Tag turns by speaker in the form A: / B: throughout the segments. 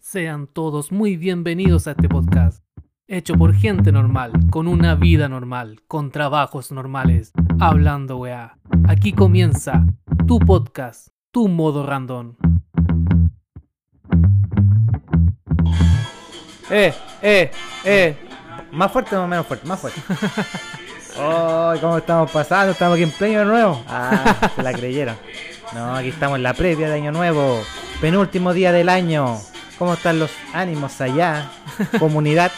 A: Sean todos muy bienvenidos a este podcast, hecho por gente normal, con una vida normal, con trabajos normales, hablando weá. Aquí comienza tu podcast, tu modo random.
B: Eh, eh, eh. Más fuerte o menos fuerte, más fuerte. ¡Ay, cómo estamos pasando! Estamos aquí en pleno año nuevo. Ah, se la creyeron. No, aquí estamos en la previa de año nuevo. Penúltimo día del año. ¿Cómo están los ánimos allá? Comunidad.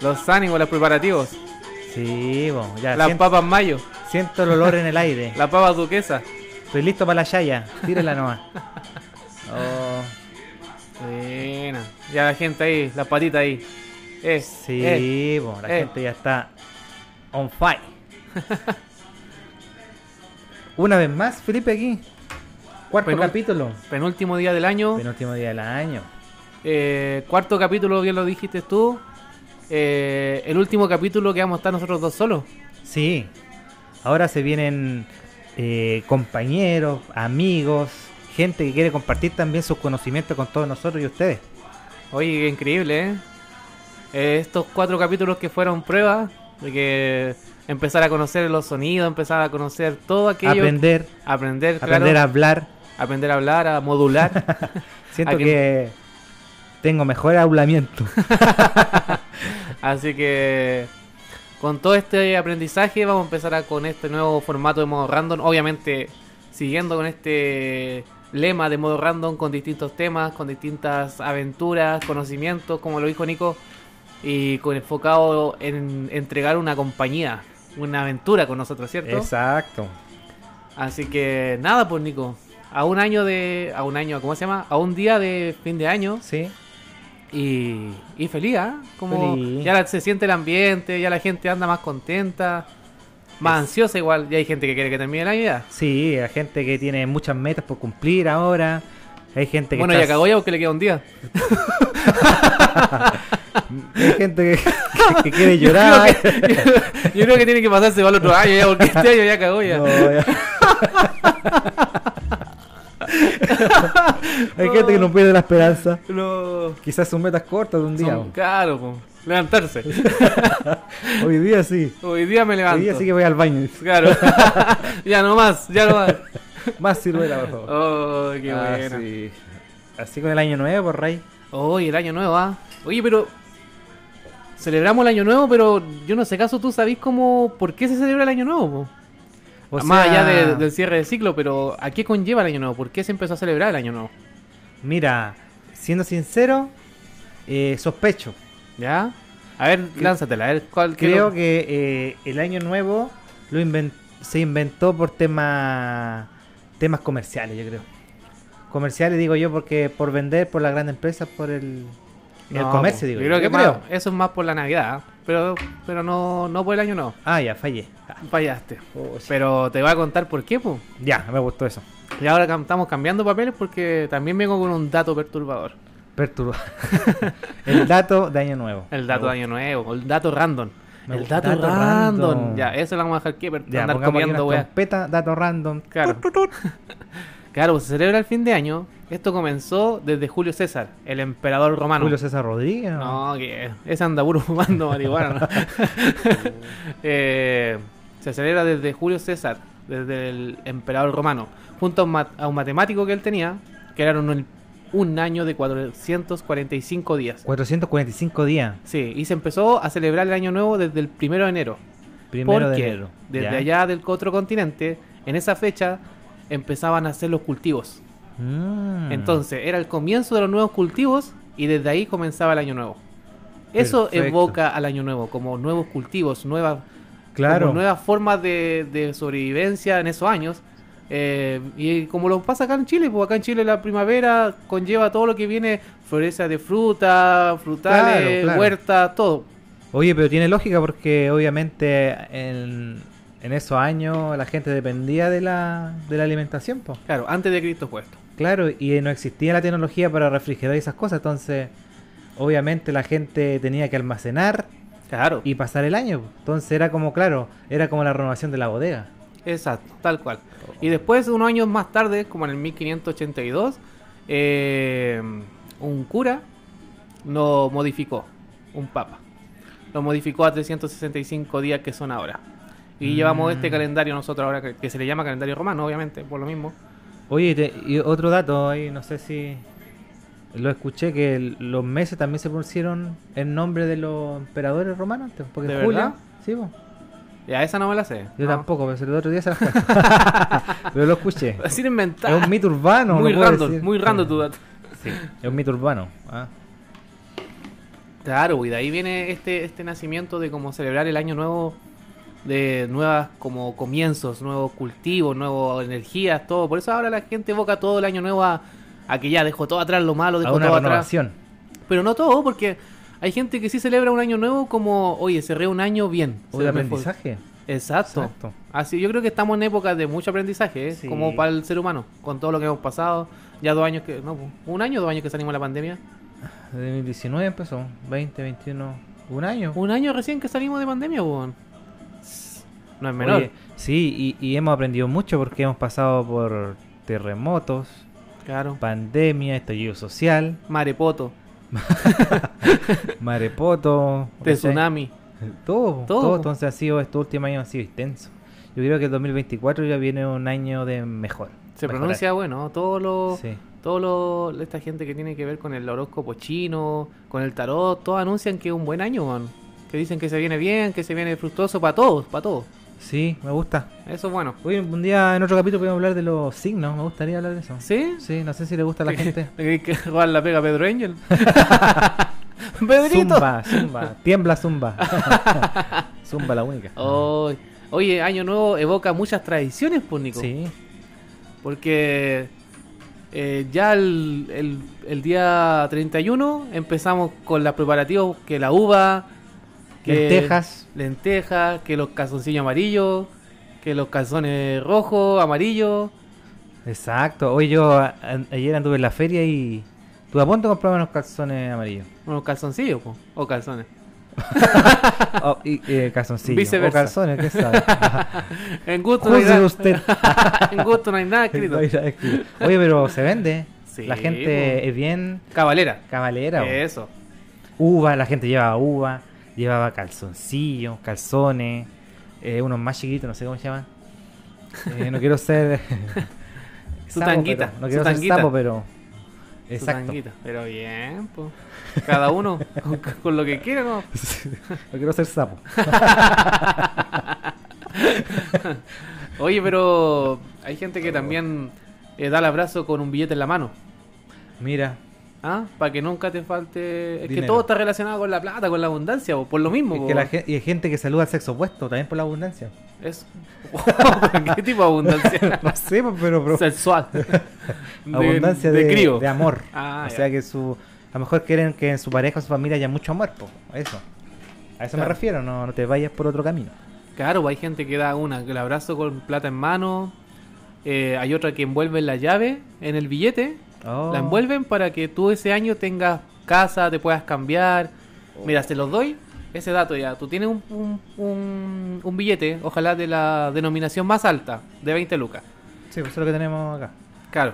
C: Los ánimos, los preparativos.
B: Sí, bo, ya
C: las
B: siento,
C: papas mayo,
B: siento el olor en el aire.
C: las papas duquesa.
B: Estoy listo para la yaya. Tírala nomás. Oh,
C: Buena. Ya la gente ahí, las patitas ahí. Eh,
B: sí,
C: eh.
B: bo, la
C: eh.
B: gente ya está on fire. Una vez más, Felipe aquí. Cuarto
C: Penúltimo-
B: capítulo.
C: Penúltimo día del año.
B: Penúltimo día del año.
C: Eh, cuarto capítulo, bien lo dijiste tú. Eh, el último capítulo que vamos a estar nosotros dos solos.
B: Sí. Ahora se vienen eh, compañeros, amigos, gente que quiere compartir también sus conocimientos con todos nosotros y ustedes.
C: Oye, qué increíble, ¿eh? Eh, Estos cuatro capítulos que fueron pruebas de que empezar a conocer los sonidos, empezar a conocer todo aquello.
B: aprender,
C: aprender, claro,
B: aprender a hablar.
C: aprender a hablar, a modular.
B: Siento
C: Aquí-
B: que tengo mejor hablamiento.
C: Así que con todo este aprendizaje vamos a empezar a- con este nuevo formato de modo random. Obviamente siguiendo con este lema de modo random con distintos temas, con distintas aventuras, conocimientos, como lo dijo Nico, y con enfocado en entregar una compañía, una aventura con nosotros, ¿cierto?
B: Exacto.
C: Así que nada, pues Nico. A un año de... A un año, ¿cómo se llama? A un día de fin de año.
B: Sí.
C: Y, y feliz, ¿ah? Como
B: Feliz.
C: ya la- se siente el ambiente, ya la gente anda más contenta, más ansiosa igual. Ya hay gente que quiere que termine el año ya.
B: Sí, hay gente que tiene muchas metas por cumplir ahora. Hay gente que
C: Bueno,
B: está-
C: ya cagó ya porque le queda un día.
B: Hay gente que, que quiere llorar.
C: Yo creo que tiene que pasarse para el otro año ya porque este año ya cagó ya.
B: No, ya. Hay gente que no pierde la esperanza.
C: No.
B: Quizás son metas cortas de un día.
C: Son caros, po. Levantarse.
B: Hoy día sí.
C: Hoy día me levanto.
B: Hoy día sí que voy al baño.
C: Claro. ya no más, ya no más.
B: Más ciruela, por favor.
C: Oh, qué
B: Ah,
C: buena.
B: sí. Así con el año nuevo, pues, Rey.
C: Hoy el año nuevo, ¿ah? Oye, pero. Celebramos el año nuevo, pero yo no sé caso tú sabís cómo. ¿Por qué se celebra el año nuevo? po?
B: O
C: Más
B: sea,
C: allá de- del cierre de ciclo, pero ¿a qué conlleva el año nuevo? ¿Por qué se empezó a celebrar el año nuevo?
B: Mira, siendo sincero, eh, sospecho.
C: ¿Ya? A ver, lánzatela, a ver cuál qué
B: Creo
C: lo-
B: que eh, el año nuevo lo inven- se inventó por tema, temas comerciales, yo creo. Comerciales digo yo porque por vender, por las grandes empresas, por el, el
C: No,
B: comercio,
C: po.
B: digo
C: yo.
B: yo.
C: creo que
B: Yo
C: más- eso es más por la Navidad, ¿ah? pero, pero no, no por el año nuevo.
B: Ah, ya, fallé.
C: Fallaste.
B: Oh, sí.
C: Pero te voy a contar por qué, pues.
B: Ya, me gustó eso.
C: Y ahora cam- estamos cambiando papeles porque también vengo con un dato perturbador.
B: Perturba. el dato de año nuevo.
C: El dato de
B: Me
C: año nuevo, el dato random.
B: Me
C: el
B: gusta.
C: dato,
B: Dato
C: random.
B: random.
C: Ya, eso lo vamos a dejar aquí, pero
B: gusta. Ya,
C: andar
B: pongamos aquí
C: copiando,
B: una
C: weá.
B: trompeta, dato random.
C: Claro. claro, pues, se celebra el fin de año. Esto comenzó desde Julio César, el emperador romano.
B: Julio César Rodríguez. ¿no?
C: Ah, No, que ese anda puro fumando marihuana. ¿no? Eh, se celebra desde Julio César, desde el emperador romano, junto a un, mat- a un matemático que él tenía, que eran un, un año de 445 días.
B: 445 días.
C: Sí, y se empezó a celebrar el año nuevo desde el primero de enero.
B: Primero
C: porque
B: de enero.
C: desde
B: Ya.
C: allá del otro continente, en esa fecha empezaban a hacer los cultivos.
B: Mm.
C: Entonces, era el comienzo de los nuevos cultivos y desde ahí comenzaba el año nuevo. Eso
B: Perfecto.
C: evoca al año nuevo, como nuevos cultivos, nuevas,
B: Claro.
C: como nuevas formas de, de sobrevivencia en esos años. Eh, y como lo pasa acá en Chile, porque acá en Chile la primavera conlleva todo lo que viene, floresta de fruta, frutales,
B: Claro, claro.
C: huertas, todo.
B: Oye, pero tiene lógica porque obviamente en, en esos años la gente dependía de la, de la alimentación, po.
C: Claro, antes de Cristo fue esto.
B: Claro, y no existía la tecnología para refrigerar esas cosas, entonces obviamente la gente tenía que almacenar
C: Claro.
B: y pasar el año. po. Entonces era como, claro, era como la renovación de la bodega.
C: Exacto, tal cual. Y después, unos años más tarde, como en el 1582, eh, un cura lo modificó, un papa. Lo modificó a 365 días que son ahora.
B: Mm.
C: Y llevamos este calendario nosotros ahora, que, que se le llama calendario romano, obviamente, por lo mismo.
B: Oye, te- y otro dato ahí, no sé si lo escuché, que el- los meses también se pusieron en nombre de los emperadores romanos antes, porque
C: ¿De
B: en julio,
C: verdad?
B: sí, po.
C: Ya, esa no me la sé.
B: yo
C: no.
B: tampoco, pero se el otro día se las cuento. pero lo escuché.
C: Sin
B: Es
C: inventar.
B: un mito urbano,
C: muy
B: lo puedo
C: random,
B: decir.
C: muy random tu dato.
B: Sí, es un mito urbano. ah.
C: Claro, y de ahí viene este, este nacimiento de como celebrar el año nuevo de nuevas como comienzos, nuevos cultivos, nuevas energías, todo. Por eso ahora la gente evoca todo el año nuevo a, a que ya dejó todo atrás lo malo,
B: A
C: dejó
B: una
C: todo atrás.
B: renovación.
C: Pero no todo, porque hay gente que sí celebra un año nuevo como, oye, cerré un año bien.
B: O
C: se
B: de
C: me fue".
B: aprendizaje.
C: Exacto.
B: Exacto.
C: Así, yo creo que estamos en época de mucho aprendizaje, ¿eh?
B: Sí.
C: como para el ser humano, con todo lo que hemos pasado. Ya dos años que, no, un año o dos años que salimos de la pandemia.
B: De 2019 empezó, 20, 21, un año.
C: Un año recién que salimos de pandemia, weón. No es menor.
B: Oye, sí, y, y hemos aprendido mucho porque hemos pasado por terremotos,
C: claro.
B: pandemia, estallido social,
C: Marepoto,
B: marepoto, o sea,
C: tsunami.
B: todo, todo,
C: Todo.
B: Entonces ha sido, estos últimos años han sido intensos. Yo creo que el 2024 ya viene un año de mejor.
C: Se
B: mejorar.
C: pronuncia, bueno, todo lo,
B: Sí.
C: todo lo, esta gente que tiene que ver con el horóscopo chino, con el tarot, todos anuncian que es un buen año, weón. Que dicen que se viene bien, que se viene fructuoso para todos, para todos.
B: Sí, me gusta.
C: Eso es bueno.
B: Hoy un día en otro capítulo podemos hablar de los signos, me gustaría hablar de eso.
C: ¿Sí?
B: Sí, no sé si le gusta a la gente.
C: ¿Le queréis que robar la pega a Pedro Angel? ¡Pedrito!
B: Zumba, zumba, tiembla zumba. zumba la única.
C: Ay. Oye, Año Nuevo evoca muchas tradiciones, pues, Nico.
B: Sí,
C: Porque eh, ya el, el- el día 31 empezamos con los preparativos que la uva, que
B: lentejas.
C: lentejas, que los calzoncillos amarillos, que los calzones rojos, amarillos.
B: Exacto. Hoy yo a- a- ayer anduve en la feria y estuve a punto de comprarme unos calzones amarillos.
C: Unos calzoncillos, po, o calzones.
B: Oh, y, eh, calzoncillos.
C: Viceversa.
B: O calzones, ¿qué sabe?
C: En gusto, no hay
B: Juzgue
C: nada,
B: usted.
C: en gusto no hay nada escrito.
B: Oye, pero se vende.
C: Sí,
B: la gente
C: po.
B: es bien
C: Cabalera.
B: cabalera. bo.
C: Eso.
B: Uva, la gente llevaba uva, llevaba calzoncillos, calzones, eh, unos más chiquitos, no sé cómo se llaman. Eh, no quiero ser.
C: Su
B: sapo,
C: tanguita,
B: pero-
C: su
B: no quiero ser
C: tanguita.
B: sapo, pero.
C: su
B: Exacto.
C: tanguita. Pero bien, po. Cada uno con, con lo que quiera, ¿no?
B: no quiero ser sapo.
C: Oye, pero hay gente que también eh, da el abrazo con un billete en la mano.
B: Mira,
C: ¿Ah? Para que nunca te falte. Es que
B: Dinero.
C: todo está relacionado con la plata, con la abundancia, po, por lo mismo.
B: Es
C: po.
B: que la gen- y hay gente que saluda al sexo opuesto también por la abundancia.
C: Es- ¿Qué tipo de abundancia?
B: No sé, pues, pero, pero-
C: Sexual. De-
B: abundancia de,
C: de crío.
B: de amor.
C: Ah,
B: o
C: ya.
B: sea que su a lo mejor quieren que en su pareja o su familia haya mucho amor, po. A eso. A eso me
C: Claro.
B: refiero, no, no te vayas por otro camino.
C: Claro, pues, hay gente que da una, que el abrazo con plata en mano. eh, hay otra que envuelve la llave en el billete.
B: Oh.
C: La envuelven para que tú ese año tengas casa, te puedas cambiar. Mira, se los doy ese dato ya. Tú tienes un, un- un- un billete, ojalá de la denominación más alta, de 20 lucas.
B: Sí, pues eso es lo que tenemos acá.
C: Claro,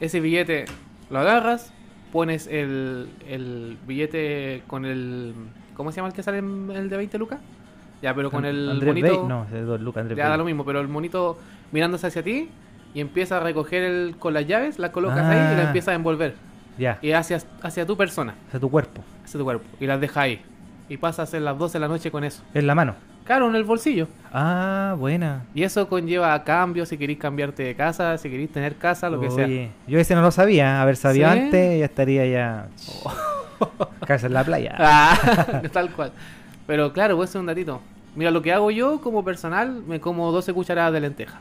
C: ese billete lo agarras, pones el, el billete con el... ¿Cómo se llama el que sale en- el de 20 lucas? Ya, pero con el
B: Andrés
C: monito-
B: Bey- no, ese es Don Luca, Andrés
C: ya da
B: Bey.
C: lo mismo, pero el monito mirándose hacia ti y empieza a recoger el, con las llaves, las colocas ahí y
B: Ah.
C: la empiezas a envolver.
B: Ya,
C: Y hacia, hacia tu persona.
B: ese es tu cuerpo.
C: hacia tu cuerpo y las deja ahí. Y pasa a ser las 12 de la noche con eso.
B: Es la mano.
C: Claro, en el bolsillo.
B: Ah, buena.
C: Y eso conlleva a cambios si queréis cambiarte de casa, si queréis tener casa, lo que sea.
B: Oye, Yo ese no lo sabía. Haber sabido
C: ¿Sí?
B: antes, ya estaría ya. Casa en la playa.
C: Ah, tal cual. Pero claro, voy a hacer un datito. Mira, lo que hago yo como personal, me como 12 cucharadas de lenteja.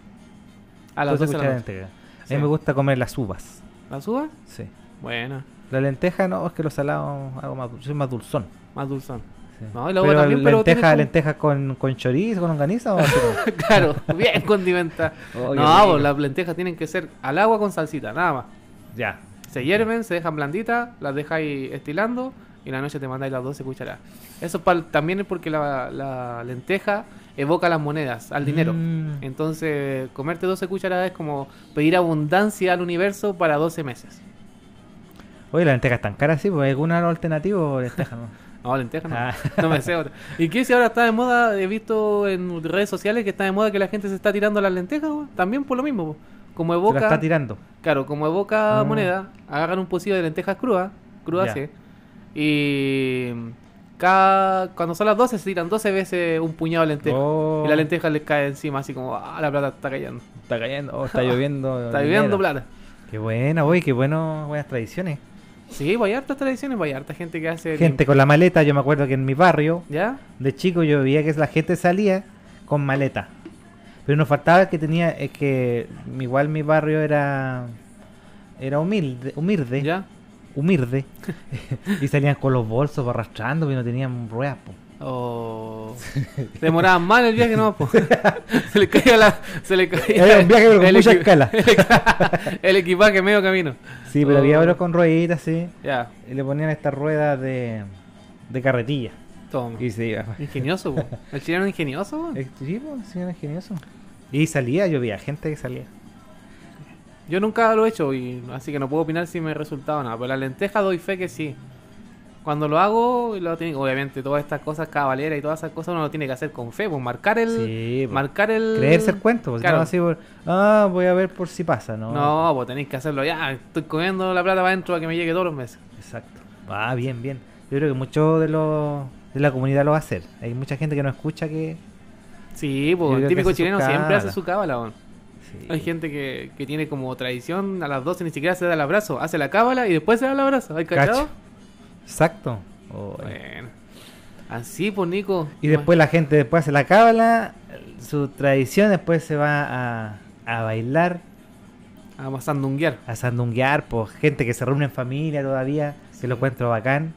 C: A las 12
B: Entonces,
C: de
B: escuchar
C: la noche.
B: lenteja. A
C: Sí.
B: mí me gusta comer las uvas.
C: ¿Las uvas?
B: Sí.
C: Bueno,
B: La lenteja no, es que los salados hago más, dul- soy más dulzón.
C: más dulzón.
B: Sí.
C: No, y la uva también, pero
B: lenteja,
C: tiene como-
B: lenteja con, con chorizo, con longaniza o así como-
C: claro, bien condimentada.
B: Oh, qué
C: no,
B: rico.
C: pues, las lentejas tienen que ser al agua con salsita, nada más.
B: Ya.
C: Se hierven, se dejan blanditas, las dejáis estilando y en la noche te mandáis las 12 cucharadas. Eso pal- también es porque la, la lenteja evoca las monedas, al dinero.
B: Mm.
C: Entonces, comerte 12 cucharadas es como pedir abundancia al universo para 12 meses.
B: Oye, Oye, las lentejas están caras, sí, pues ¿hay alguna alternativa o lentejas no?
C: No, lentejas no.
B: Ah.
C: No me sé otra. ¿Y qué si ahora está de moda? He visto en redes sociales que está de moda que la gente se está tirando las lentejas, weón. También por lo mismo, weón. Como
B: Se la está
C: evoca.
B: tirando.
C: Claro, como evoca
B: Ah.
C: moneda, agarran un pocillo de lentejas crudas, crudas
B: Ya.
C: sí, y cada, cuando son las 12 se tiran 12 veces un puñado de lentejas.
B: Oh,
C: Y la lenteja les cae encima, así como, ah, la plata está cayendo.
B: Está cayendo, oh, está lloviendo.
C: Está viviendo
B: dinero.
C: plata.
B: Qué buena, oye, qué bueno, buenas tradiciones.
C: Sí, pues hay hartas tradiciones, hay harta gente que hace...
B: Gente con la maleta, yo me acuerdo que en mi barrio,
C: ¿Ya?
B: de chico, yo veía que la gente salía con maleta. Pero nos faltaba el que tenía, es que igual mi barrio era era humilde, humilde,
C: ¿Ya?
B: humilde. y salían con los bolsos arrastrando, y no tenían ruedas, po.
C: O... Demoraban más en el viaje, no, po. se le caía la... Se le caía
B: Era un viaje, pero con
C: el
B: mucha
C: equi-
B: escala.
C: El, equi- el equipaje medio camino.
B: Sí, pero había
C: Oh.
B: otros con rueditas, sí.
C: Ya,
B: Y le ponían estas ruedas de, de carretilla.
C: toma.
B: Y se iba.
C: Ingenioso, po. El chileno es ingenioso, pues. po.
B: Eh, Sí, po, sí, era ingenioso. Y salía, yo veía gente que salía.
C: Yo nunca lo he hecho, y, así que no puedo opinar si me resultaba o nada. Pero la lenteja doy fe que sí. Cuando lo hago, lo tengo, obviamente todas estas cosas, cabalera y todas esas cosas, uno lo tiene que hacer con fe, pues marcar el.
B: Sí, po.
C: Marcar el.
B: creerse el cuento, porque
C: Claro.
B: no así por, ah, voy a ver por si pasa, ¿no?
C: No, pues tenéis que hacerlo ya. Estoy comiendo la plata para adentro para que me llegue todos los meses.
B: Exacto. Ah, bien, bien. Yo creo que mucho de los de la comunidad lo va a hacer. Hay mucha gente que no escucha que
C: Sí,
B: Yo
C: pues
B: creo
C: el
B: que
C: típico
B: hace su
C: chileno siempre
B: cábala.
C: hace su cábala, weón.
B: sí,
C: Hay gente que, que tiene como tradición a las 12 ni siquiera se da el abrazo. Hace la cábala y después se da el abrazo. ¿Hay
B: Cacho.
C: cachado?
B: Exacto. Oh, eh.
C: Bueno. Así, pues, Nico.
B: Y después la gente después hace la cábala, su tradición después se va a, a bailar,
C: Vamos a sandunguear.
B: a sandunguear, por gente que se reúne en familia todavía, que lo encuentro bacán.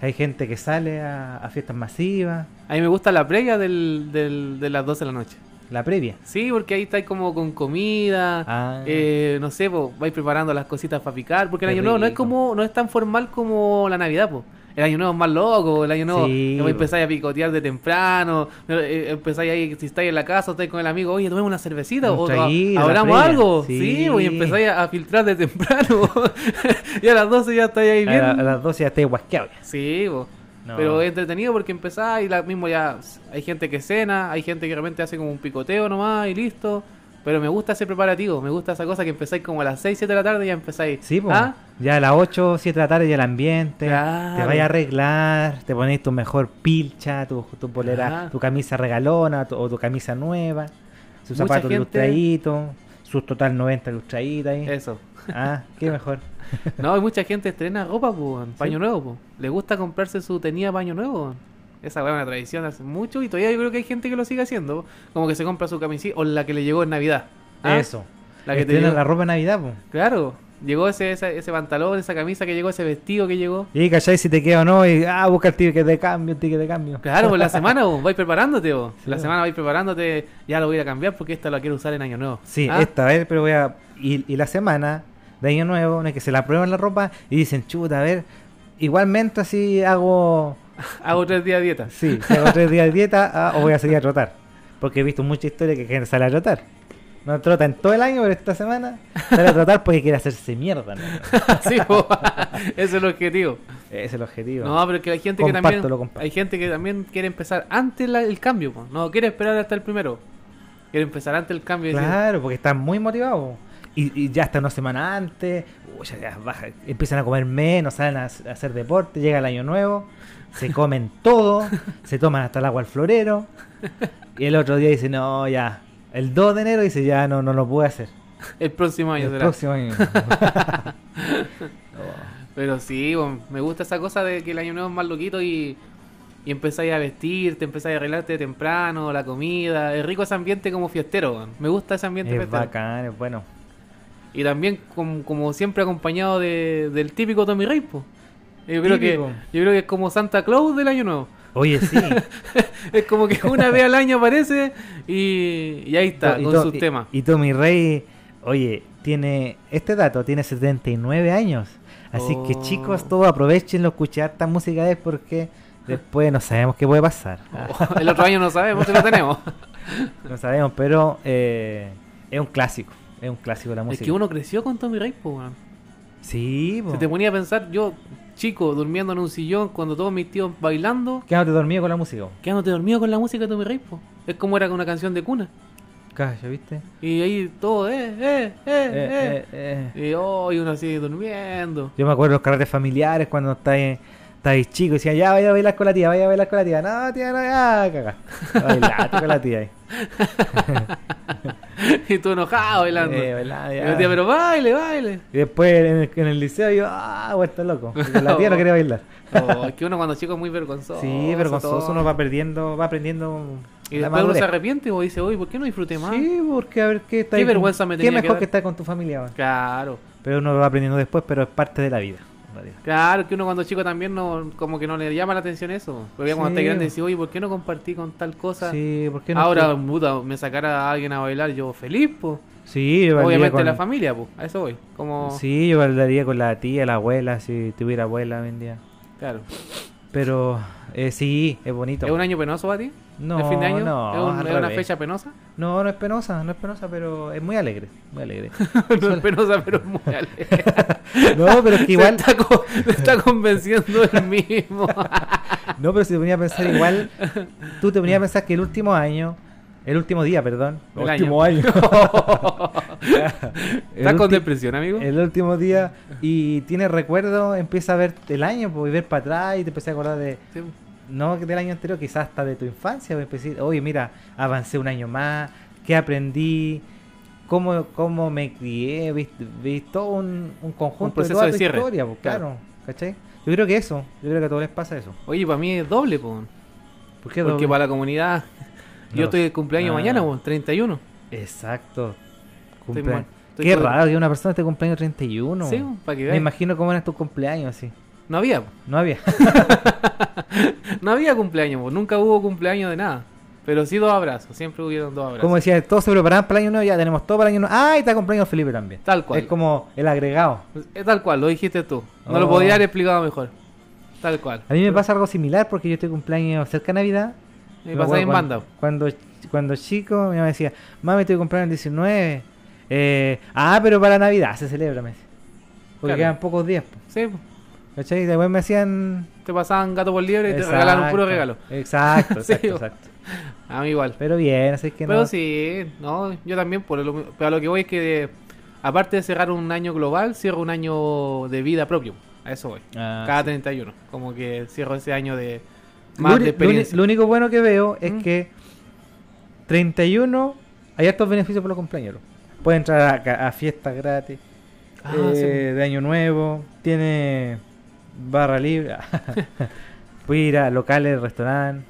B: Hay gente que sale a, a fiestas masivas,
C: A mí me gusta la previa del, del- de las 12 de la noche.
B: la previa.
C: Sí, porque ahí estáis como con comida,
B: Ah.
C: eh, no sé, po, vais preparando las cositas para picar, porque el
B: Qué
C: año nuevo no es
B: rico.
C: como, no es tan formal como la Navidad, po. El año nuevo es más loco, el año nuevo
B: Sí,
C: eh,
B: po.
C: empezáis a picotear de temprano, eh, eh, empezáis ahí, si estáis en la casa, estáis con el amigo, oye, tomemos una cervecita,
B: Un
C: o
B: traguito, la
C: hablamos
B: previa.
C: algo,
B: Sí.
C: sí, po, y empezáis a, a filtrar de temprano, y a las 12 ya estáis ahí
B: A, la-
C: bien.
B: a las 12 ya estoy guasqueado. ya.
C: Sí, po.
B: No.
C: Pero es entretenido porque empezás y la mismo ya hay gente que cena, hay gente que realmente hace como un picoteo nomás y listo. Pero me gusta ese preparativo, me gusta esa cosa que empezáis como a las 6, 7 de la tarde y ya empezáis.
B: Sí, pues.
C: ¿Ah?
B: Ya a las 8, 7 de la tarde ya el ambiente.
C: Claro.
B: Te vayas a arreglar, te pones tu mejor pilcha, tu, tu polera,
C: Ajá.
B: tu camisa regalona tu- o tu camisa nueva, sus
C: Mucha
B: zapatos
C: gente-
B: lustraditos, sus total 90 lustraditos ahí.
C: Eso.
B: Ah, qué mejor.
C: No, hay mucha gente estrena ropa, po, en paño nuevo, po. Le gusta comprarse su tenía paño nuevo. Esa weá es una tradición hace mucho y todavía yo creo que hay gente que lo sigue haciendo. po. Como que se compra su camisita o la que le llegó en Navidad. ¿Ah?
B: Eso.
C: La que te
B: Estrenan
C: llegó.
B: la ropa de Navidad, pues.
C: Claro. Llegó ese, ese, ese pantalón, esa camisa que llegó, ese vestido que llegó.
B: Y cachai si te queda o no, y ah, busca el ticket de cambio, el ticket de cambio.
C: Claro, por la semana vos vais preparándote vos.
B: Sí, pues.
C: la
B: vos.
C: semana vais preparándote, ya lo voy a ir a cambiar porque esta la quiero usar en año nuevo.
B: Sí,
C: ¿Ah?
B: esta vez, pero voy a. Y, y la semana de Año Nuevo, en el que se la prueban la ropa y dicen, chuta, a ver, igualmente así hago.
C: hago tres días de dieta.
B: Sí, si hago tres días de dieta ah, o voy a salir a trotar. Porque he visto mucha historia que gente sale a trotar. No trota en todo el año, pero esta semana sale a trotar porque quiere hacerse mierda. ¿no?
C: sí, vos. ese es el objetivo.
B: Ese es el objetivo.
C: No, pero que hay gente
B: Comparto,
C: que también
B: lo comparto.
C: hay gente que también quiere empezar antes la- el cambio, po. no quiere esperar hasta el primero. Quiere empezar antes el cambio. y decir,
B: claro, porque están muy motivados. Y, y ya hasta una semana antes, uy, ya- ya baja, empiezan a comer menos, salen a, a hacer deporte, llega el año nuevo, se comen todo, se toman hasta el agua al florero. Y el otro día dice, no, ya. El 2 de enero dice, ya no, no lo pude hacer.
C: El próximo año
B: el
C: será.
B: próximo año.
C: Pero sí, bo, me gusta esa cosa de que el año nuevo es más loquito y, y empezáis a vestirte, empezáis a arreglarte temprano, la comida. Es rico ese ambiente como fiestero, bo. me gusta ese ambiente
B: es
C: fiestero.
B: bacán, es bueno.
C: Y también, com- como siempre, acompañado de- del típico Tommy Rey, po. Yo creo, que,
B: Típico.
C: yo creo que es como Santa Claus del año nuevo.
B: Oye, sí.
C: Es como que una vez al año aparece y, y ahí está,
B: Y
C: con
B: to-
C: sus
B: y-
C: temas.
B: Y Tommy Rey, oye, tiene este dato, tiene 79 años. Así que
C: Oh.
B: chicos, todos aprovechenlo, escuchar esta música es porque después no sabemos qué puede pasar.
C: Oh, el otro año no sabemos si lo tenemos.
B: No sabemos, pero eh, es un clásico. Es un clásico de la
C: es
B: música.
C: que uno creció con Tommy Rey, po, weón.
B: Sí, po.
C: Se te ponía a pensar, yo, chico, durmiendo en un sillón, cuando todos mis tíos bailando,
B: Quédate dormido con la música. po.
C: quedándote dormido con la música de Tommy Rey, po. Es como era con una canción de cuna.
B: Cacha, ¿viste?
C: Y ahí todo, eh, eh, eh, eh.
B: Eh, eh, eh.
C: Y hoy uno así durmiendo.
B: Yo me acuerdo los carretes familiares cuando estáis, estáis chicos y decían, ya vaya a bailar con la tía, vaya a bailar con la tía. No, tía, no, ya, cagá. Bailate con la tía ahí.
C: y tú enojado bailando.
B: Eh, bailá,
C: y
B: ya.
C: yo decía, pero baile, baile.
B: Y después en el, en el liceo yo, ah, vuelta loco. Y con la tía no quería bailar.
C: Oh, es que uno cuando chico es muy vergonzoso.
B: Sí, vergonzoso,
C: todo.
B: uno va perdiendo, va aprendiendo
C: Y
B: la
C: después uno se
B: madurez.
C: arrepiente y dice, oye, ¿por qué no disfruté más?
B: Sí, porque a ver qué está
C: Qué
B: ahí con-
C: vergüenza me
B: qué
C: tenía que
B: mejor
C: dar.
B: que, estar con tu familia. weón.
C: Claro.
B: Pero uno lo va aprendiendo después, pero es parte de la vida. en realidad.
C: Claro, que uno cuando chico también no, como que no le llama la atención eso. Porque cuando
B: Sí.
C: estás grande decís, oye, ¿por qué no compartí con tal cosa?
B: Sí, porque no
C: Ahora, puta, me sacara a alguien a bailar, yo feliz, pues.
B: Sí, yo bailaría
C: Obviamente
B: con-
C: la familia, pues. A eso voy. Como,
B: Sí, yo bailaría con la tía, la abuela, si tuviera abuela hoy en día.
C: claro.
B: Pero eh, sí, es bonito.
C: ¿Es un año penoso para ti?
B: No,
C: ¿El fin de año?
B: no,
C: ¿Es, un-
B: al
C: es una
B: revés.
C: fecha penosa?
B: No, no es penosa, no es penosa, pero es muy alegre, muy alegre.
C: no es penosa, pero es muy alegre.
B: No, pero es que igual,
C: Se está, co- se está convenciendo el mismo.
B: no, pero si te ponía a pensar igual, tú te ponías a pensar que el último año, el último día, perdón,
C: El Último
B: año,
C: ¿Estás
B: El
C: con
B: ulti-
C: depresión, amigo?
B: el último día y tienes recuerdo, empieza a ver el año, pues, y ver para atrás y te empiezas a acordar de,
C: Sí.
B: no que del año anterior, quizás hasta de tu infancia, o decir, oye, mira, avancé un año más, qué aprendí, cómo, cómo me crié, viste, vi todo un, un conjunto
C: proceso
B: toda
C: de
B: tu
C: cierre.
B: historia, pues,
C: Claro.
B: claro. ¿cachai? Yo creo que eso, yo creo que a todos les pasa eso.
C: Oye, para mí es doble, po.
B: ¿Por qué
C: Porque
B: doble?
C: para la comunidad.
B: No.
C: Yo estoy de cumpleaños
B: Ah.
C: mañana, po, 31.
B: Exacto.
C: Estoy
B: Cumplea-
C: mal. Estoy
B: Qué
C: con-
B: raro que una persona esté cumpleaños 31.
C: Sí, po, para que
B: me
C: veas.
B: imagino cómo eran tus cumpleaños así.
C: No había, po.
B: No había.
C: no había cumpleaños, po. nunca hubo cumpleaños de nada. Pero sí dos abrazos, siempre hubieron dos abrazos.
B: Como decía, todos se preparaban para el año nuevo, ya tenemos todo para el año nuevo. Ah, y está cumpleaños Felipe también.
C: Tal cual.
B: Es como el agregado.
C: Es tal cual, lo dijiste tú. No lo
B: Oh.
C: podía haber explicado mejor. Tal cual.
B: A mí me pasa algo similar porque yo estoy cumpleaños cerca de Navidad.
C: Me
B: Me
C: pasaba
B: acuerdo
C: en
B: cuando-
C: banda. po.
B: Cuando, cuando chico, mi mamá decía, mami, estoy cumpleaños el 19. Eh, ah, pero para Navidad se celebra, me decía. Porque
C: Claro.
B: quedan pocos días, po,
C: Sí, po.
B: ¿cachai? Y después me hacían...
C: te pasaban gato por liebre y te regalaron puro regalo.
B: Exacto,
C: Sí,
B: exacto,
C: po.
B: exacto.
C: A mí igual.
B: Pero bien, así que
C: Pero
B: no...
C: sí, no, yo también, por lo, pero a lo que voy es que de- aparte de cerrar un año global, cierro un año de vida propio. A eso voy.
B: Ah,
C: Cada
B: sí.
C: 31. Como que cierro ese año de
B: Lo
C: más de
B: uni- lo uni-
C: experiencia.
B: Lo único bueno que veo es
C: Mm.
B: que 31 hay hartos beneficios por los cumpleaños. Puede entrar a ca- a, fiestas gratis,
C: Ah,
B: eh,
C: sí, pues.
B: de año nuevo, tiene barra libre. Puede ir a locales, restaurantes.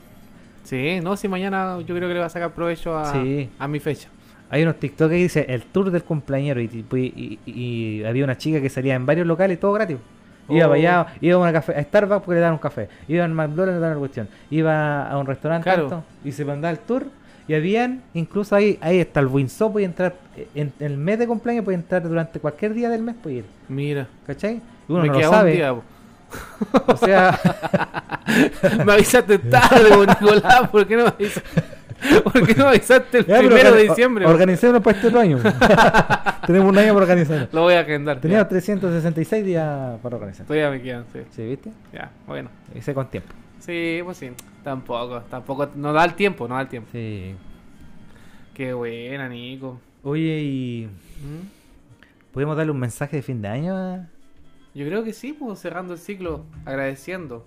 C: Sí, no, si mañana yo creo que le va a sacar provecho a,
B: Sí.
C: a mi fecha.
B: Hay unos TikTok que dice el tour del cumpleañero y, tipo- y- y- y había una chica que salía en varios locales, todo gratis. Iba
C: Oh.
B: para allá, iba a, una café, a Starbucks porque le daban un café, iba a McDonald's le daban una cuestión, iba a un restaurante
C: Claro.
B: tanto, y se mandaba el tour y habían, incluso ahí, ahí está el Winsor, puede entrar, eh, en, en el mes de cumpleaños puede entrar durante cualquier día del mes, puede ir,
C: Mira,
B: ¿cachai? Y uno
C: me
B: no
C: queda
B: lo
C: un
B: sabe,
C: día. po.
B: o sea,
C: Me avisaste tarde, po, Nicolás, ¿por qué no me avisaste? ¿Por qué no me avisaste el
B: ya, pero
C: primero de
B: organi-
C: diciembre? po?
B: Organicémonos para este otro año. Tenemos un año para organizarnos.
C: Lo voy a agendar.
B: Teníamos
C: ya.
B: 366 días para organizar.
C: Todavía me quedan, sí.
B: ¿Sí, viste?
C: Ya, bueno.
B: Hice con tiempo.
C: Sí, pues sí. Tampoco, tampoco. No da el tiempo, no da el tiempo.
B: Sí.
C: Qué buena, Nico.
B: Oye, ¿y
C: Mm.
B: podemos darle un mensaje de fin de año? a-
C: Yo creo que sí, pues cerrando el ciclo, agradeciendo.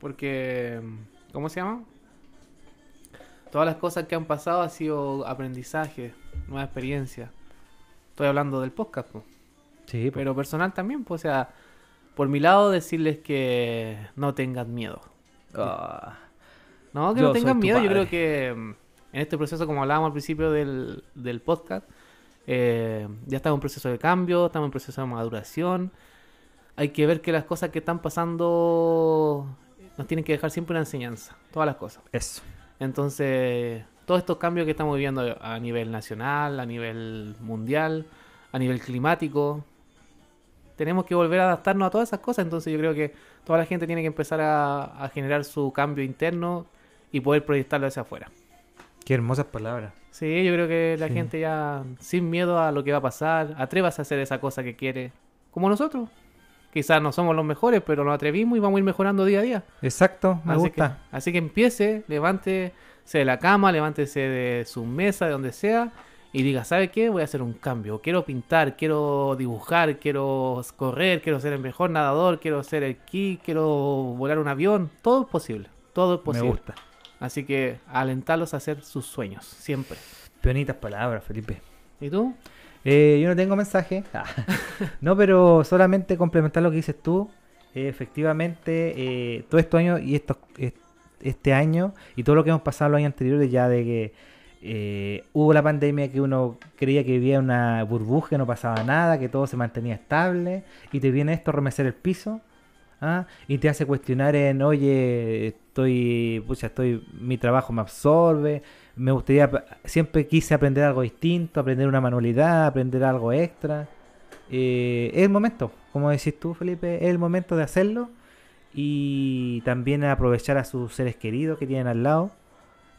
C: Porque, ¿cómo se llama? Todas las cosas que han pasado ha sido aprendizaje, nueva experiencia. Estoy hablando del podcast, pues.
B: Sí, pero...
C: pero personal también, pues, o sea, por mi lado decirles que no tengan miedo.
B: Ah.
C: No, que
B: Yo
C: no tengan
B: soy tu
C: miedo. Yo
B: padre.
C: creo que mm, en este proceso, como hablábamos al principio del, del podcast, eh, ya estamos en un proceso de cambio, estamos en un proceso de maduración. Hay que ver que las cosas que están pasando nos tienen que dejar siempre una enseñanza, todas las cosas.
B: Eso.
C: Entonces, todos estos cambios que estamos viviendo a nivel nacional, a nivel mundial, a nivel climático, tenemos que volver a adaptarnos a todas esas cosas. Entonces, yo creo que toda la gente tiene que empezar a, a generar su cambio interno y poder proyectarlo hacia afuera.
B: Qué hermosas palabras.
C: Sí, yo creo que la
B: Sí.
C: gente ya, sin miedo a lo que va a pasar, atrévase a hacer esa cosa que quiere, como nosotros. Quizás no somos los mejores, pero nos atrevimos y vamos a ir mejorando día a día.
B: Exacto, me
C: así
B: gusta.
C: Que, así que empiece, levántese de la cama, levántese de su mesa, de donde sea, y diga, ¿sabe qué? Voy a hacer un cambio. Quiero pintar, quiero dibujar, quiero correr, quiero ser el mejor nadador, quiero ser el ki, quiero volar un avión. Todo es posible, todo es
B: Me
C: posible.
B: gusta.
C: Así que alentarlos a hacer sus sueños, siempre.
B: Bonitas palabras, Felipe.
C: ¿Y tú?
B: Eh, yo no tengo mensaje. Ah. no, pero solamente complementar lo que dices tú. Eh, efectivamente, eh, todo este año y estos, es- este año y todo lo que hemos pasado los años anteriores, ya de que eh, hubo la pandemia que uno creía que vivía en una burbuja, que no pasaba nada, que todo se mantenía estable, y te viene esto a remecer el piso. ¿ah? Y te hace cuestionar en, oye, estoy, pucha, estoy, mi trabajo me absorbe, me gustaría, siempre quise aprender algo distinto, aprender una manualidad, aprender algo extra. Eh, es el momento, como decís tú, Felipe, es el momento de hacerlo y también aprovechar a sus seres queridos que tienen al lado.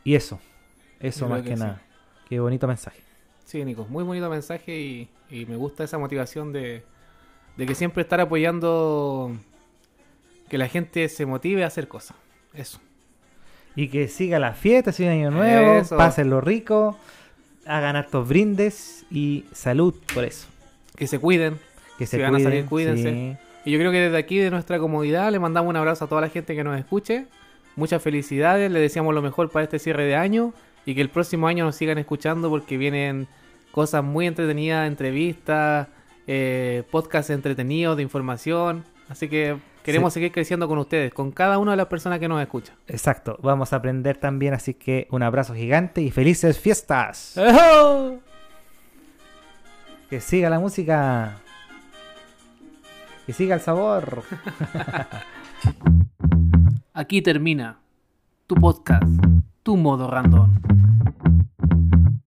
B: Y eso, eso
C: Yo
B: más
C: creo
B: que,
C: que sí.
B: nada. Qué bonito mensaje.
C: Sí, Nico, muy bonito mensaje y, y me gusta esa motivación de, de que siempre estar apoyando que la gente se motive a hacer cosas. Eso.
B: Y que siga la fiesta, siga el año nuevo,
C: Eso.
B: pásenlo rico, hagan hartos brindes y salud por eso.
C: Que se cuiden.
B: Que se
C: Si van a salir,
B: cuiden,
C: cuídense. Y yo creo que desde aquí, de nuestra comodidad, le mandamos un abrazo a toda la gente que nos escuche. Muchas felicidades, le deseamos lo mejor para este cierre de año y que el próximo año nos sigan escuchando porque vienen cosas muy entretenidas, entrevistas, eh, podcasts entretenidos de información. Así que queremos seguir creciendo con ustedes, con cada una de las personas que nos escucha.
B: sí. Exacto, vamos a aprender también, así que un abrazo gigante y felices fiestas.
C: Eh.
B: Que siga la música. Que siga el sabor.
A: Aquí termina tu podcast, tu modo random.